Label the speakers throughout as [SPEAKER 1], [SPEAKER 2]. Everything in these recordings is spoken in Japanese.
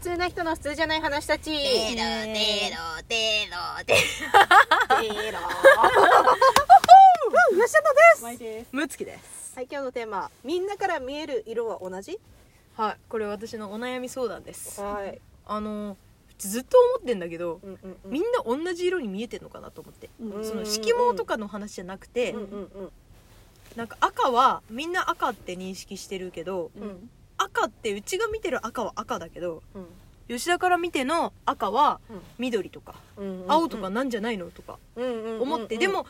[SPEAKER 1] 通な人の普通じゃない話たち。
[SPEAKER 2] テロテロテロテ ロ
[SPEAKER 1] うん、吉野です。
[SPEAKER 3] です
[SPEAKER 1] ムツキです。はい、今日のテーマ、みんなから見える色は同じ。
[SPEAKER 3] はいこれ私のお悩み相談です
[SPEAKER 1] はい。
[SPEAKER 3] あのずっと思ってんだけど
[SPEAKER 1] うんうんうん。
[SPEAKER 3] みんな同じ色に見えてんのかなと思って
[SPEAKER 1] うん
[SPEAKER 3] その色毛とかの話じゃなくて
[SPEAKER 1] うんうん
[SPEAKER 3] なんか赤はみんな赤って認識してるけど
[SPEAKER 1] うん。うん
[SPEAKER 3] 赤ってうちが見てる赤は赤だけど
[SPEAKER 1] うん
[SPEAKER 3] 吉田から見ての赤は
[SPEAKER 1] うん
[SPEAKER 3] 緑とか
[SPEAKER 1] うんうん。
[SPEAKER 3] 青とかなんじゃないのとか思
[SPEAKER 1] 思
[SPEAKER 3] ってでも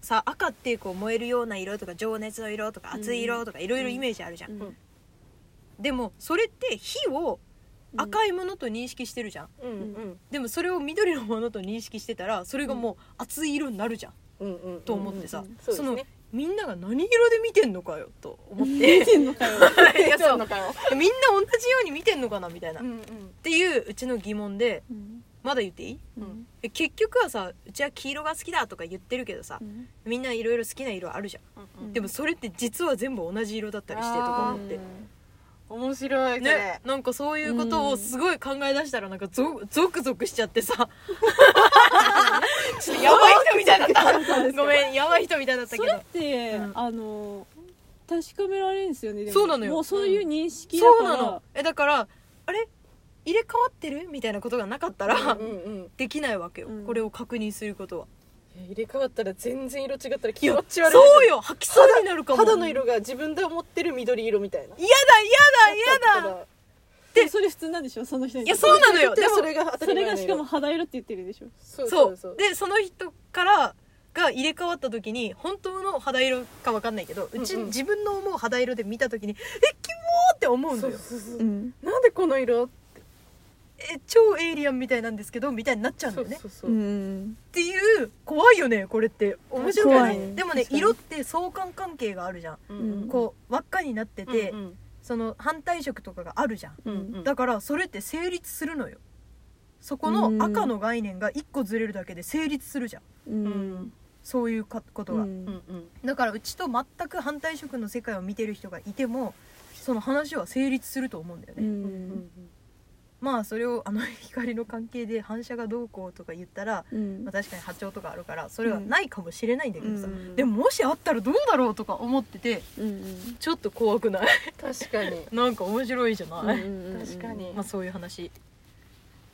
[SPEAKER 3] さ赤ってこう燃えるような色とか情熱の色とか熱い色とかいろいろイメージあるじゃん
[SPEAKER 1] うん
[SPEAKER 3] でもそれって火を赤いものと認識してるじゃん
[SPEAKER 1] うんうん
[SPEAKER 3] でもそれを緑のものと認識してたらそれがもう熱い色になるじゃん
[SPEAKER 1] うんうん
[SPEAKER 3] と思ってさ
[SPEAKER 1] うんうんそうで
[SPEAKER 3] そ
[SPEAKER 1] す
[SPEAKER 3] の
[SPEAKER 1] ね
[SPEAKER 3] みんなが何色で見てんのかよと思っ
[SPEAKER 2] 出
[SPEAKER 3] て
[SPEAKER 2] てんのかよ
[SPEAKER 3] いや
[SPEAKER 1] そう
[SPEAKER 3] そうみんな同じように見てんのかなみたいなっていううちの疑問でまだ言っていいえ結局はさうちは黄色が好きだとか言ってるけどさみんないろいろ好きな色あるじゃん
[SPEAKER 2] うん
[SPEAKER 3] でもそれって実は全部同じ色だったりしてとか思って
[SPEAKER 1] 面白いそ
[SPEAKER 3] ね
[SPEAKER 1] れ
[SPEAKER 3] なんかそういうことをすごい考え出したらなんかゾゾクゾクしちゃってさちょっとやばい人みた いだった ごめんやばい人みたいだったけ
[SPEAKER 2] そ
[SPEAKER 3] ど
[SPEAKER 2] れって、
[SPEAKER 3] うん
[SPEAKER 2] あの確かめられるんですよねでも
[SPEAKER 3] そうなのよ
[SPEAKER 2] もうそういう認識だ
[SPEAKER 3] そう
[SPEAKER 2] から、
[SPEAKER 3] なのえだからあれ入れ替わってるみたいなことがなかったら、
[SPEAKER 1] うん うん
[SPEAKER 3] できないわけよ、
[SPEAKER 2] うん
[SPEAKER 3] これを確認することは
[SPEAKER 1] 入れ替わったら全然色違ったら気持ち悪い
[SPEAKER 3] そうよ吐きそうになるかも
[SPEAKER 1] 肌の色が自分で思ってる緑色みたいな
[SPEAKER 3] 嫌だ嫌だ嫌だ
[SPEAKER 1] だ
[SPEAKER 2] でもそれ普通なんでしょその人に
[SPEAKER 3] いやそうなのよでも
[SPEAKER 1] それが当た
[SPEAKER 2] そ
[SPEAKER 1] り前
[SPEAKER 2] れ
[SPEAKER 1] の
[SPEAKER 2] が
[SPEAKER 1] 色
[SPEAKER 2] しかも肌色って言ってるでしょ
[SPEAKER 1] そう
[SPEAKER 3] そ
[SPEAKER 1] そううそう
[SPEAKER 3] でその人からが入れ替わった時に本当の肌色か分かんないけどうち、
[SPEAKER 1] うんうん
[SPEAKER 3] 自分の思う肌色で見た時にえキモーって思うの
[SPEAKER 1] そう
[SPEAKER 3] よ
[SPEAKER 1] そうそう
[SPEAKER 2] うん
[SPEAKER 1] なんでこの色
[SPEAKER 3] え超エイリアンみたいなんですけどみたいになっちゃうん
[SPEAKER 1] そ
[SPEAKER 3] だ
[SPEAKER 1] う
[SPEAKER 3] よね
[SPEAKER 1] そうそううん
[SPEAKER 3] っていう怖いよねこれって面白くない
[SPEAKER 2] 怖い
[SPEAKER 3] でもね
[SPEAKER 2] 確かに
[SPEAKER 3] 色って相関関係があるじゃん、
[SPEAKER 2] うん
[SPEAKER 3] こう輪っかになってて、
[SPEAKER 1] うん
[SPEAKER 3] その反対色とかがあるじゃん、
[SPEAKER 1] うんうん
[SPEAKER 3] だからそれって成立するのよそこの赤の概念が1個ずれるだけで成立するじゃん
[SPEAKER 2] う
[SPEAKER 1] うんん
[SPEAKER 3] そういうかことが、
[SPEAKER 1] うんうん
[SPEAKER 3] だからうちと全く反対色の世界を見てる人がいてもその話は成立すると思うんだよね、
[SPEAKER 1] うんうん
[SPEAKER 3] まあそれをあの光の関係で反射がどうこうとか言ったら、まあ、確かに波長とかあるからそれはないかもしれないんだけどさ、
[SPEAKER 2] うん
[SPEAKER 3] でももしあったらどうだろうとか思っててちょっと怖くない
[SPEAKER 1] 確かに
[SPEAKER 3] なんか面白いじゃない、
[SPEAKER 1] 確かに
[SPEAKER 3] まあそういう話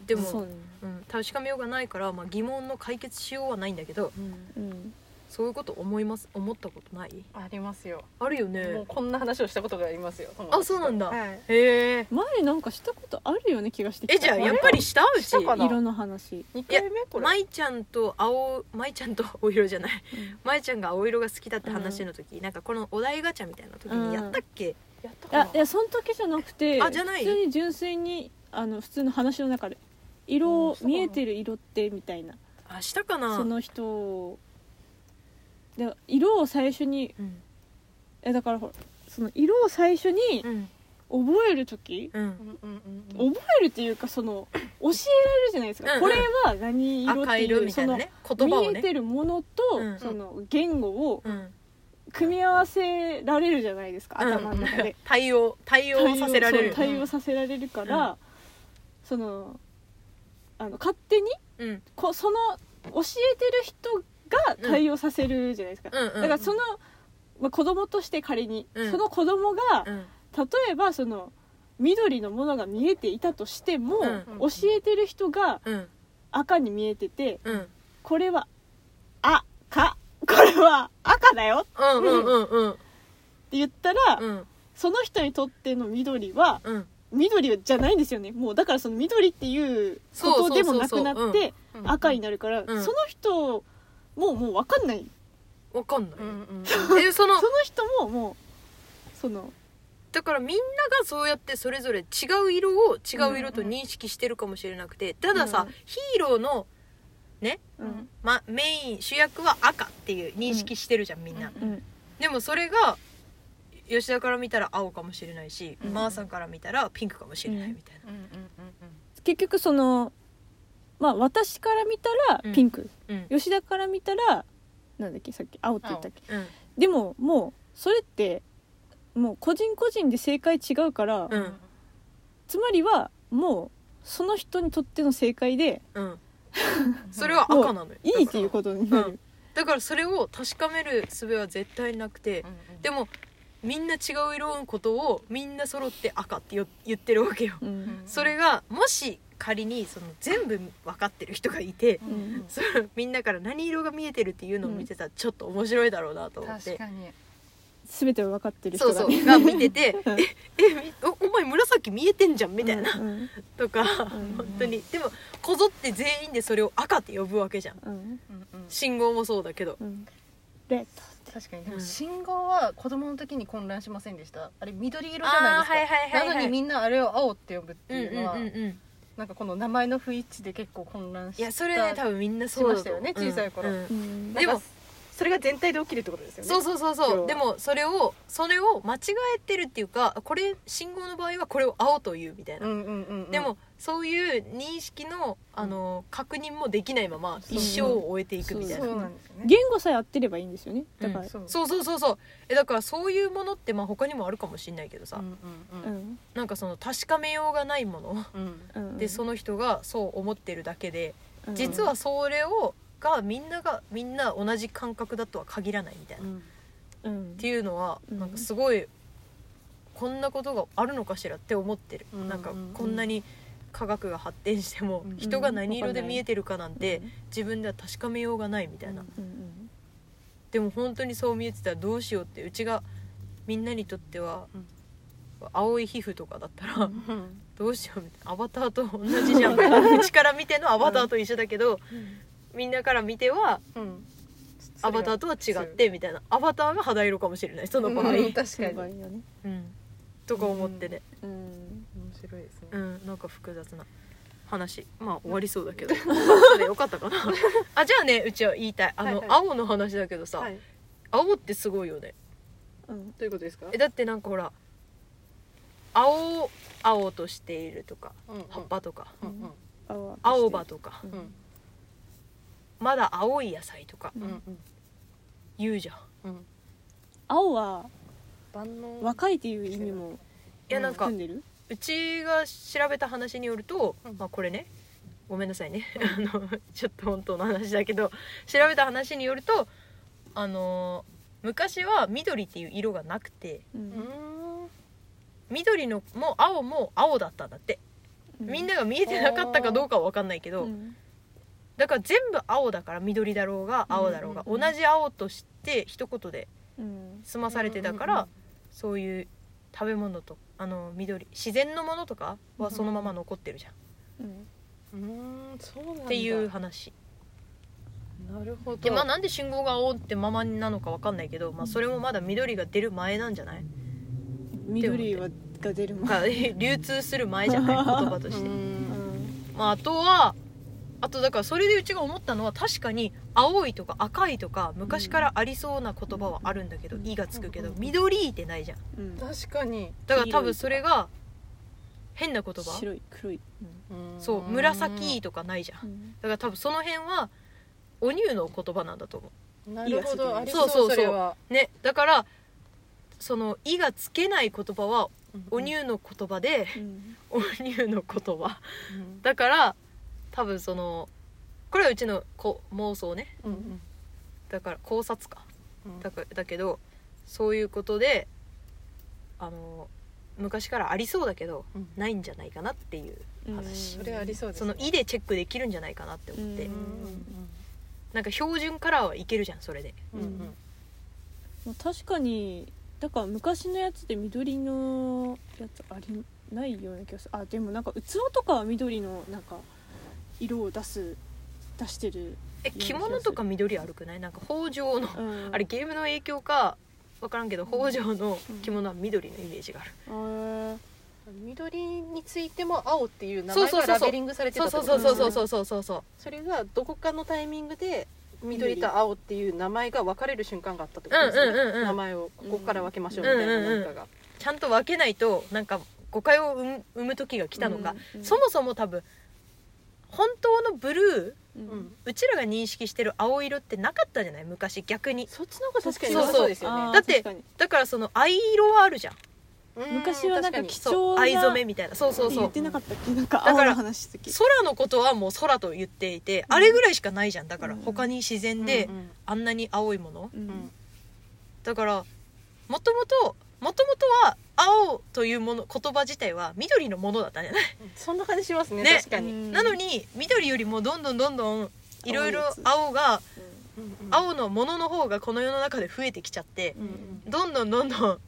[SPEAKER 3] でも
[SPEAKER 2] そうね
[SPEAKER 3] うん、確かめようがないから、まあ、疑問の解決しようはないんだけど
[SPEAKER 1] うん
[SPEAKER 2] うん
[SPEAKER 3] そういうこと思います思ったことない
[SPEAKER 1] ありますよ
[SPEAKER 3] あるよ
[SPEAKER 1] も
[SPEAKER 3] ね
[SPEAKER 1] うこんな話をしたことがありますよ友達と
[SPEAKER 3] あそうなんだ、
[SPEAKER 1] はい
[SPEAKER 3] へえ
[SPEAKER 2] 前なんかしたことあるよね気がしてき
[SPEAKER 3] え
[SPEAKER 2] た
[SPEAKER 3] じゃあやっぱりしたうち
[SPEAKER 1] したかな
[SPEAKER 2] 色の話
[SPEAKER 1] 二回目これ
[SPEAKER 3] 舞ちゃんと青舞ちゃんと青色じゃない
[SPEAKER 2] うん
[SPEAKER 3] 舞ちゃんが青色が好きだって話の時、なんかこのお題ガチャみたいな時にやったっけ、
[SPEAKER 1] やった
[SPEAKER 2] い
[SPEAKER 1] か
[SPEAKER 2] や
[SPEAKER 1] ない
[SPEAKER 2] やその時じゃなくて
[SPEAKER 3] あじゃない
[SPEAKER 2] 普通に純粋にあの普通の話の中で色を見えてる色ってみたいな
[SPEAKER 3] あしたかな
[SPEAKER 2] その人をで色を最初に
[SPEAKER 3] うん
[SPEAKER 2] えだからほらその色を最初に
[SPEAKER 3] うん
[SPEAKER 2] 覚える時
[SPEAKER 3] うん
[SPEAKER 1] うんうんうん
[SPEAKER 2] 覚えるっていうかその教えられるじゃないですか、
[SPEAKER 3] うんうん
[SPEAKER 2] これは何色っ
[SPEAKER 3] 赤
[SPEAKER 2] てい
[SPEAKER 3] 色
[SPEAKER 2] う
[SPEAKER 3] みたいなね
[SPEAKER 2] そ
[SPEAKER 3] 言葉
[SPEAKER 2] の
[SPEAKER 3] を
[SPEAKER 2] 見え
[SPEAKER 3] ね
[SPEAKER 2] てるものと、
[SPEAKER 3] うん
[SPEAKER 2] その言語を
[SPEAKER 3] うん、
[SPEAKER 2] 組み合わせられるじゃないですか、
[SPEAKER 3] うん
[SPEAKER 2] 頭の中で
[SPEAKER 3] 対応対応させられる
[SPEAKER 2] 対応そう対応させられるから、そのあの勝手に
[SPEAKER 3] うんうん
[SPEAKER 2] こその教えてる人が対応させるじゃないですか、
[SPEAKER 3] うんうん
[SPEAKER 2] だからその、まあ、子供として仮に、
[SPEAKER 3] うん
[SPEAKER 2] その子供が、
[SPEAKER 3] うん
[SPEAKER 2] 例えばその緑のものが見えていたとしても、
[SPEAKER 3] うん
[SPEAKER 2] 教えてる人が
[SPEAKER 3] うん
[SPEAKER 2] 赤に見えてて
[SPEAKER 3] うん
[SPEAKER 2] これは「あか」これは「赤だよ」
[SPEAKER 3] うんうんうんうん
[SPEAKER 2] って言ったら、
[SPEAKER 3] うん
[SPEAKER 2] その人にとっての緑は
[SPEAKER 3] うん
[SPEAKER 2] 緑じゃないんですよねもうだからその緑っていうこ
[SPEAKER 3] そうそうそう
[SPEAKER 2] と
[SPEAKER 3] そう
[SPEAKER 2] でもなくなって
[SPEAKER 1] うん
[SPEAKER 2] 赤になるから、
[SPEAKER 3] うん
[SPEAKER 2] その人ももう分かんない
[SPEAKER 3] わかんない、
[SPEAKER 1] うんうん
[SPEAKER 3] えその
[SPEAKER 2] その人ももうその
[SPEAKER 3] だからみんながそうやってそれぞれ違う色を違う色と認識してるかもしれなくてたださ、
[SPEAKER 1] うん
[SPEAKER 3] ヒーローの、
[SPEAKER 2] うん
[SPEAKER 3] ま、メイン主役は赤っていう認識してるじゃん、みんな、
[SPEAKER 2] うん
[SPEAKER 3] でもそれが吉田から見たら青かもしれないし、
[SPEAKER 1] うん
[SPEAKER 3] マーさんから見たらピンクかもしれないみたい
[SPEAKER 1] うんうん
[SPEAKER 2] 結局そのまあ私から見たらピンク、
[SPEAKER 3] なうん
[SPEAKER 2] 吉田から見たらなんだっけさっき青って言ったっけ
[SPEAKER 3] うん
[SPEAKER 2] でももうそれってもう個人個人で正解違うから、
[SPEAKER 3] うん
[SPEAKER 1] うん
[SPEAKER 2] つまりはもうその人にとっての正解で
[SPEAKER 3] うん、それは赤なのよ
[SPEAKER 2] いいっていうことになる、
[SPEAKER 3] だからそれを確かめる術は絶対なくて、で
[SPEAKER 4] も
[SPEAKER 3] もみんな違う色のことをみんな揃って赤ってよ言ってるわけよ
[SPEAKER 2] うん
[SPEAKER 3] それがもし仮にその全部分かってる人がいて、
[SPEAKER 2] んうん
[SPEAKER 3] そのみんなから何色が見えてるっていうのを見てたらちょっと面白いだろうなと思って、
[SPEAKER 4] 確かに
[SPEAKER 2] 全てを分かってる
[SPEAKER 3] そ
[SPEAKER 2] 人
[SPEAKER 3] う
[SPEAKER 2] が
[SPEAKER 3] そ
[SPEAKER 2] ね
[SPEAKER 3] うが見 てて「ええみおお前紫見えてんじゃん」みたいな、
[SPEAKER 2] うんうん
[SPEAKER 3] とか、
[SPEAKER 2] ん
[SPEAKER 3] 本当にでもこぞって全員でそれを赤って呼ぶわけじゃん
[SPEAKER 2] うん
[SPEAKER 4] うんうん
[SPEAKER 3] 信号もそうだけど
[SPEAKER 2] うんレッ
[SPEAKER 4] 確かにで
[SPEAKER 3] う
[SPEAKER 4] も
[SPEAKER 3] ん
[SPEAKER 4] 信号は子供の時に混乱しませんでしたあれ緑色じゃないですか、
[SPEAKER 3] あーはいはいはいはい
[SPEAKER 4] なのにみんなあれを青って呼ぶって
[SPEAKER 3] うん
[SPEAKER 4] いううの
[SPEAKER 3] ん
[SPEAKER 4] は、
[SPEAKER 3] うんうん
[SPEAKER 4] なんかこの名前の不一致で結構混乱し
[SPEAKER 3] い
[SPEAKER 4] た
[SPEAKER 3] やそれね多分みんなそうだと思う
[SPEAKER 4] しましたよね小さい頃
[SPEAKER 3] うんうん
[SPEAKER 2] ドうん
[SPEAKER 3] でも
[SPEAKER 1] それが全体で起きるってことですよね
[SPEAKER 3] そうそうそう
[SPEAKER 1] 要
[SPEAKER 3] そう
[SPEAKER 1] は
[SPEAKER 3] でもそれをそれを間違えてるっていうかこれ信号の場合はこれを青というみたいな、
[SPEAKER 4] うんうんうんうん
[SPEAKER 3] でもそういう認識のあの確認もできないまま一生を終えていくみたいな
[SPEAKER 4] そうなんですよね
[SPEAKER 2] 言語さえ合ってればいいんですよねだから、
[SPEAKER 4] そう
[SPEAKER 3] そうそうそうそうえだからそういうものってまあ他にもあるかもしれないけどさ、
[SPEAKER 4] うんう
[SPEAKER 2] うんん
[SPEAKER 3] なんかその確かめようがないもの
[SPEAKER 4] うんうん
[SPEAKER 2] うん、
[SPEAKER 3] でその人がそう思ってるだけで
[SPEAKER 2] うん
[SPEAKER 3] 実はそれをがみんながみんな同じ感覚だとは限らないみたいな
[SPEAKER 4] う。ん
[SPEAKER 2] うん
[SPEAKER 3] っていうのは
[SPEAKER 2] うん
[SPEAKER 3] なんかすごいこんなことがあるのかしらって思ってる、
[SPEAKER 4] うん
[SPEAKER 3] なんか
[SPEAKER 4] うんうん
[SPEAKER 3] こんなに科学が発展しても
[SPEAKER 4] うん
[SPEAKER 3] 人が何色で見えてるかなんて
[SPEAKER 2] うん
[SPEAKER 3] 自分では確かめようがないみたいな、
[SPEAKER 4] うん
[SPEAKER 2] うん
[SPEAKER 3] でも本当にそう見えてたらどうしようってうちがみんなにとっては
[SPEAKER 4] うん
[SPEAKER 3] 青い皮膚とかだったら
[SPEAKER 4] うん
[SPEAKER 3] どうしようみたいなアバターと同じじゃん うちから見てのアバターと一緒だけど
[SPEAKER 2] うん
[SPEAKER 3] みんなから見ては
[SPEAKER 4] うん
[SPEAKER 3] アバターとは違ってみたいなアバターが肌色かもしれないその場合、
[SPEAKER 4] うん確
[SPEAKER 2] そ
[SPEAKER 4] か
[SPEAKER 2] の
[SPEAKER 4] に
[SPEAKER 2] 場合は
[SPEAKER 4] 面
[SPEAKER 2] ね
[SPEAKER 3] うんとか思ってね、
[SPEAKER 2] うん
[SPEAKER 4] 白いですね
[SPEAKER 3] うん、なんか複雑な話まあ終わりそうだけどそれよかっ たかなあじゃあねうちは言いたいあの、
[SPEAKER 1] はいはい
[SPEAKER 3] 青の話だけどさ、
[SPEAKER 1] はい
[SPEAKER 3] 青ってすごいよね
[SPEAKER 2] うん
[SPEAKER 1] ということですか
[SPEAKER 3] えだってなんかほら青を青としているとか
[SPEAKER 4] うんうん
[SPEAKER 3] 葉っぱとか、
[SPEAKER 4] うんうん
[SPEAKER 2] 青々として
[SPEAKER 3] 青葉とか
[SPEAKER 2] うん
[SPEAKER 3] まだ青い野菜とか
[SPEAKER 4] うんうん
[SPEAKER 3] 言うじゃ
[SPEAKER 4] う
[SPEAKER 3] ん、
[SPEAKER 4] ん
[SPEAKER 2] 青は
[SPEAKER 4] 万能
[SPEAKER 2] 若いっていう意味も
[SPEAKER 3] いやなんか、
[SPEAKER 2] 含
[SPEAKER 3] うん
[SPEAKER 2] でる
[SPEAKER 3] ちが調べた話によると、
[SPEAKER 4] うん
[SPEAKER 3] まあこれねごめんなさいね、 あのちょっと本当の話だけど調べた話によるとあの昔は緑っていう色がなくて
[SPEAKER 2] うん
[SPEAKER 4] うん
[SPEAKER 3] 緑のも青も青だったんだって、みんなが見えてなかったかどうかは分かんないけど、
[SPEAKER 2] うん
[SPEAKER 3] だから全部青だから緑だろうが青だろうが、
[SPEAKER 4] うんうんうん
[SPEAKER 3] 同じ青として一言で
[SPEAKER 2] うん
[SPEAKER 3] 済まされてたから、
[SPEAKER 4] うんうんうん
[SPEAKER 3] そういう食べ物とあの緑自然のものとかはそのまま残ってるじゃん、
[SPEAKER 2] うん
[SPEAKER 4] うんそうなんだ
[SPEAKER 3] っていう話
[SPEAKER 4] なるほ
[SPEAKER 3] で
[SPEAKER 4] ど
[SPEAKER 3] まあなんで信号が青ってままなのか分かんないけど、まあ、それもまだ緑が出る前なんじゃない
[SPEAKER 2] 緑はが出るもん
[SPEAKER 3] が 流通する前じゃない言葉として
[SPEAKER 4] う。ん
[SPEAKER 2] うん
[SPEAKER 3] まあ、あとはあとだからそれでうちが思ったのは確かに青いとか赤いとか昔からありそうな言葉はあるんだけど「
[SPEAKER 2] うん
[SPEAKER 3] い」がつくけど
[SPEAKER 4] う
[SPEAKER 3] 「
[SPEAKER 4] ん
[SPEAKER 3] 緑」ってないじゃん
[SPEAKER 2] うん
[SPEAKER 4] 確かに
[SPEAKER 3] だから多分それが変な言葉
[SPEAKER 2] 白い黒い
[SPEAKER 3] そう「紫」とかないじゃんだ
[SPEAKER 2] うん
[SPEAKER 3] から多分その辺はお乳の言葉なんだと思
[SPEAKER 4] なるほどあり
[SPEAKER 3] そ
[SPEAKER 4] そうう
[SPEAKER 3] そうそう
[SPEAKER 4] それは
[SPEAKER 3] うねだからその「い」がつけない言葉はお
[SPEAKER 4] う
[SPEAKER 3] 乳の言葉で
[SPEAKER 2] うん
[SPEAKER 3] お乳の言葉
[SPEAKER 4] ん
[SPEAKER 3] だから多分そのこれはうちのこ妄想ね
[SPEAKER 4] うんうん
[SPEAKER 3] だから考察か
[SPEAKER 4] うん
[SPEAKER 3] だかだけどそういうことであの昔からありそうだけど
[SPEAKER 4] うん
[SPEAKER 3] ないんじゃないかなっていう話
[SPEAKER 4] それありそうです
[SPEAKER 3] その「い」でチェックできるんじゃないかなって思って
[SPEAKER 4] う
[SPEAKER 2] う
[SPEAKER 4] んん
[SPEAKER 3] なんか標準カラーはいけるじゃんそれで
[SPEAKER 4] うんうん
[SPEAKER 2] まあ確かにだから昔のやつで緑のやつありないような気がするあでもなんか器とかは緑のなんか色を出す出してる、
[SPEAKER 3] え着物とか緑あるくないなんか北条の
[SPEAKER 2] うん、
[SPEAKER 3] あれゲームの影響か分からんけど北条の
[SPEAKER 2] うん
[SPEAKER 3] 着物は緑のイメージがある
[SPEAKER 2] へー
[SPEAKER 4] 緑についても青っていう名
[SPEAKER 3] そう
[SPEAKER 4] 前
[SPEAKER 3] そうそう
[SPEAKER 4] が
[SPEAKER 3] そ
[SPEAKER 4] ラ
[SPEAKER 3] う
[SPEAKER 4] ベリングされてた
[SPEAKER 3] そう
[SPEAKER 4] って
[SPEAKER 3] そ
[SPEAKER 4] こ
[SPEAKER 3] う
[SPEAKER 4] と
[SPEAKER 3] そうそう
[SPEAKER 4] ですね
[SPEAKER 3] そうそうそうそう
[SPEAKER 1] それがどこかのタイミングで緑と青っていう名前が分かれる瞬間があったってことですよね、
[SPEAKER 3] うんうんうんうん
[SPEAKER 1] 名前をここから分けましょうみたいななんかが、
[SPEAKER 3] ちゃんと分けないとなんか誤解を生む生む時が来たのか、そもそも多分本当のブルー
[SPEAKER 2] うん
[SPEAKER 4] うん
[SPEAKER 3] うちらが認識してる青色ってなかったじゃない昔逆に
[SPEAKER 1] そっちの方が確かに
[SPEAKER 3] そうそう
[SPEAKER 1] 良さそうですよね
[SPEAKER 2] あー
[SPEAKER 3] だって
[SPEAKER 2] 確かに
[SPEAKER 3] だからその藍色はあるじゃん
[SPEAKER 2] 昔はなんか貴
[SPEAKER 1] そう
[SPEAKER 2] 重な
[SPEAKER 3] 藍染めみたいなそうそう
[SPEAKER 2] って
[SPEAKER 3] そ
[SPEAKER 2] 言
[SPEAKER 3] う
[SPEAKER 2] ってなかったっけなんか
[SPEAKER 3] だか
[SPEAKER 2] 青
[SPEAKER 3] ら
[SPEAKER 2] の話した時
[SPEAKER 3] 空のことはもう空と言っていて、
[SPEAKER 2] うん
[SPEAKER 3] あれぐらいしかないじゃんだから
[SPEAKER 2] うん
[SPEAKER 3] 他に自然で
[SPEAKER 1] うん
[SPEAKER 3] あんなに青いもの
[SPEAKER 2] う
[SPEAKER 1] うんん
[SPEAKER 3] だからもともともともとは青というもの言葉自体は緑のものだったんじゃない、
[SPEAKER 1] うんそんな感じしますね
[SPEAKER 3] ね
[SPEAKER 1] 確かに、
[SPEAKER 3] なのに緑よりもどんどんどんどんいろいろ青が
[SPEAKER 1] うんうん
[SPEAKER 3] 青のものの方がこの世の中で増えてきちゃって
[SPEAKER 1] うんうん
[SPEAKER 3] どんどんどんどん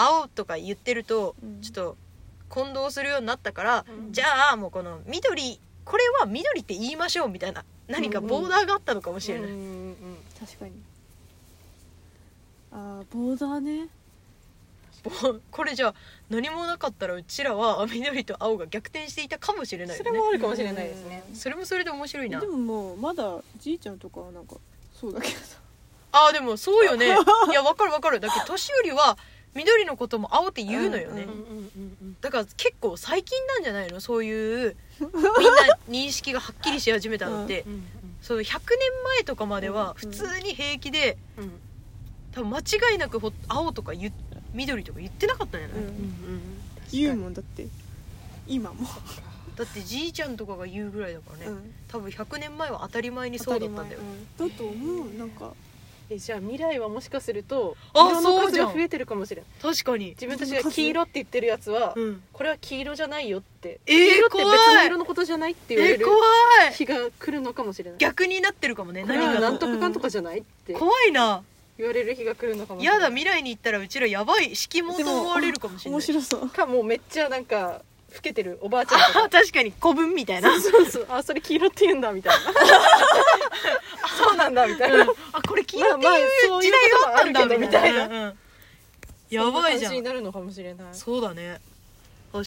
[SPEAKER 3] 青とか言ってると
[SPEAKER 2] うん
[SPEAKER 3] ちょっと混同するようになったから、
[SPEAKER 1] うん
[SPEAKER 3] じゃあもうこの緑これは緑って言いましょうみたいな何かボーダーがあったのかもしれない、
[SPEAKER 1] うんうんうん
[SPEAKER 2] 確かにあーボーダーね
[SPEAKER 3] ぼこれじゃあ何もなかったらうちらは緑と青が逆転していたかもしれない
[SPEAKER 1] それ
[SPEAKER 3] よね
[SPEAKER 1] もあるかもしれないですね、
[SPEAKER 3] それもそれで面白い
[SPEAKER 2] で
[SPEAKER 3] な
[SPEAKER 2] ももうまだじいちゃんとかはなんかそうだけどさ
[SPEAKER 3] あーでもそ うよねいやわかるわかるだけど年寄りは緑のことも青って言うのよね、
[SPEAKER 2] うん
[SPEAKER 1] うんうんうん
[SPEAKER 3] だから結構最近なんじゃないのそう いうみんな認識がはっきりし始めたのって、
[SPEAKER 1] うんうん
[SPEAKER 3] そう100年前とかまでは普通に平気で
[SPEAKER 1] うんうん
[SPEAKER 3] 多分間違いなくほ青とか言っ緑とか言ってなかったんじゃない、
[SPEAKER 1] うんうん
[SPEAKER 2] 言うもんだって今も、
[SPEAKER 3] だってじいちゃんとかが言うぐらいだからね、
[SPEAKER 2] うん
[SPEAKER 3] 多分100年前は当たり前にそうだったんだよ
[SPEAKER 2] だと思うなんか
[SPEAKER 1] えじゃあ未来はもしかすると
[SPEAKER 3] あ
[SPEAKER 1] 色の
[SPEAKER 3] そう
[SPEAKER 1] 数
[SPEAKER 3] じゃん
[SPEAKER 1] が増えてるかもしれない
[SPEAKER 3] 確かに、
[SPEAKER 1] 自分たちが黄色って言ってるやつは、
[SPEAKER 3] うん、
[SPEAKER 1] これは黄色じゃないよって
[SPEAKER 3] えー
[SPEAKER 1] 黄色って別
[SPEAKER 3] 怖い
[SPEAKER 1] の色のことじゃないって言われ
[SPEAKER 3] え
[SPEAKER 1] る
[SPEAKER 3] 怖い
[SPEAKER 1] 日が来るのかもしれない
[SPEAKER 3] 逆になってるかもね
[SPEAKER 1] これ
[SPEAKER 3] 何
[SPEAKER 1] は
[SPEAKER 3] か
[SPEAKER 1] な
[SPEAKER 3] と
[SPEAKER 1] んとかかんとかじゃないって
[SPEAKER 3] 怖いな
[SPEAKER 1] 言われる日が来るのかもしれな
[SPEAKER 3] や
[SPEAKER 1] い
[SPEAKER 3] だ未来に行ったらうちらやばい色盲と思われるかもしれな
[SPEAKER 2] 面
[SPEAKER 3] い
[SPEAKER 2] 白そう
[SPEAKER 1] かもうめっちゃなんか老けてるおばあちゃんと
[SPEAKER 3] あ
[SPEAKER 1] か
[SPEAKER 3] 確かに古文みたいな
[SPEAKER 1] そうそうあそれ黄色って言うんだみたいな そうなんだみたいな、
[SPEAKER 3] あこれ黄色って
[SPEAKER 1] まあまあ
[SPEAKER 3] いう時代があったんだ
[SPEAKER 1] そういうこともあるけど
[SPEAKER 3] みたい
[SPEAKER 1] み
[SPEAKER 3] な、うんやばいじゃ
[SPEAKER 1] そんな感じに
[SPEAKER 3] ん
[SPEAKER 1] なるのかもしれない
[SPEAKER 3] そうだね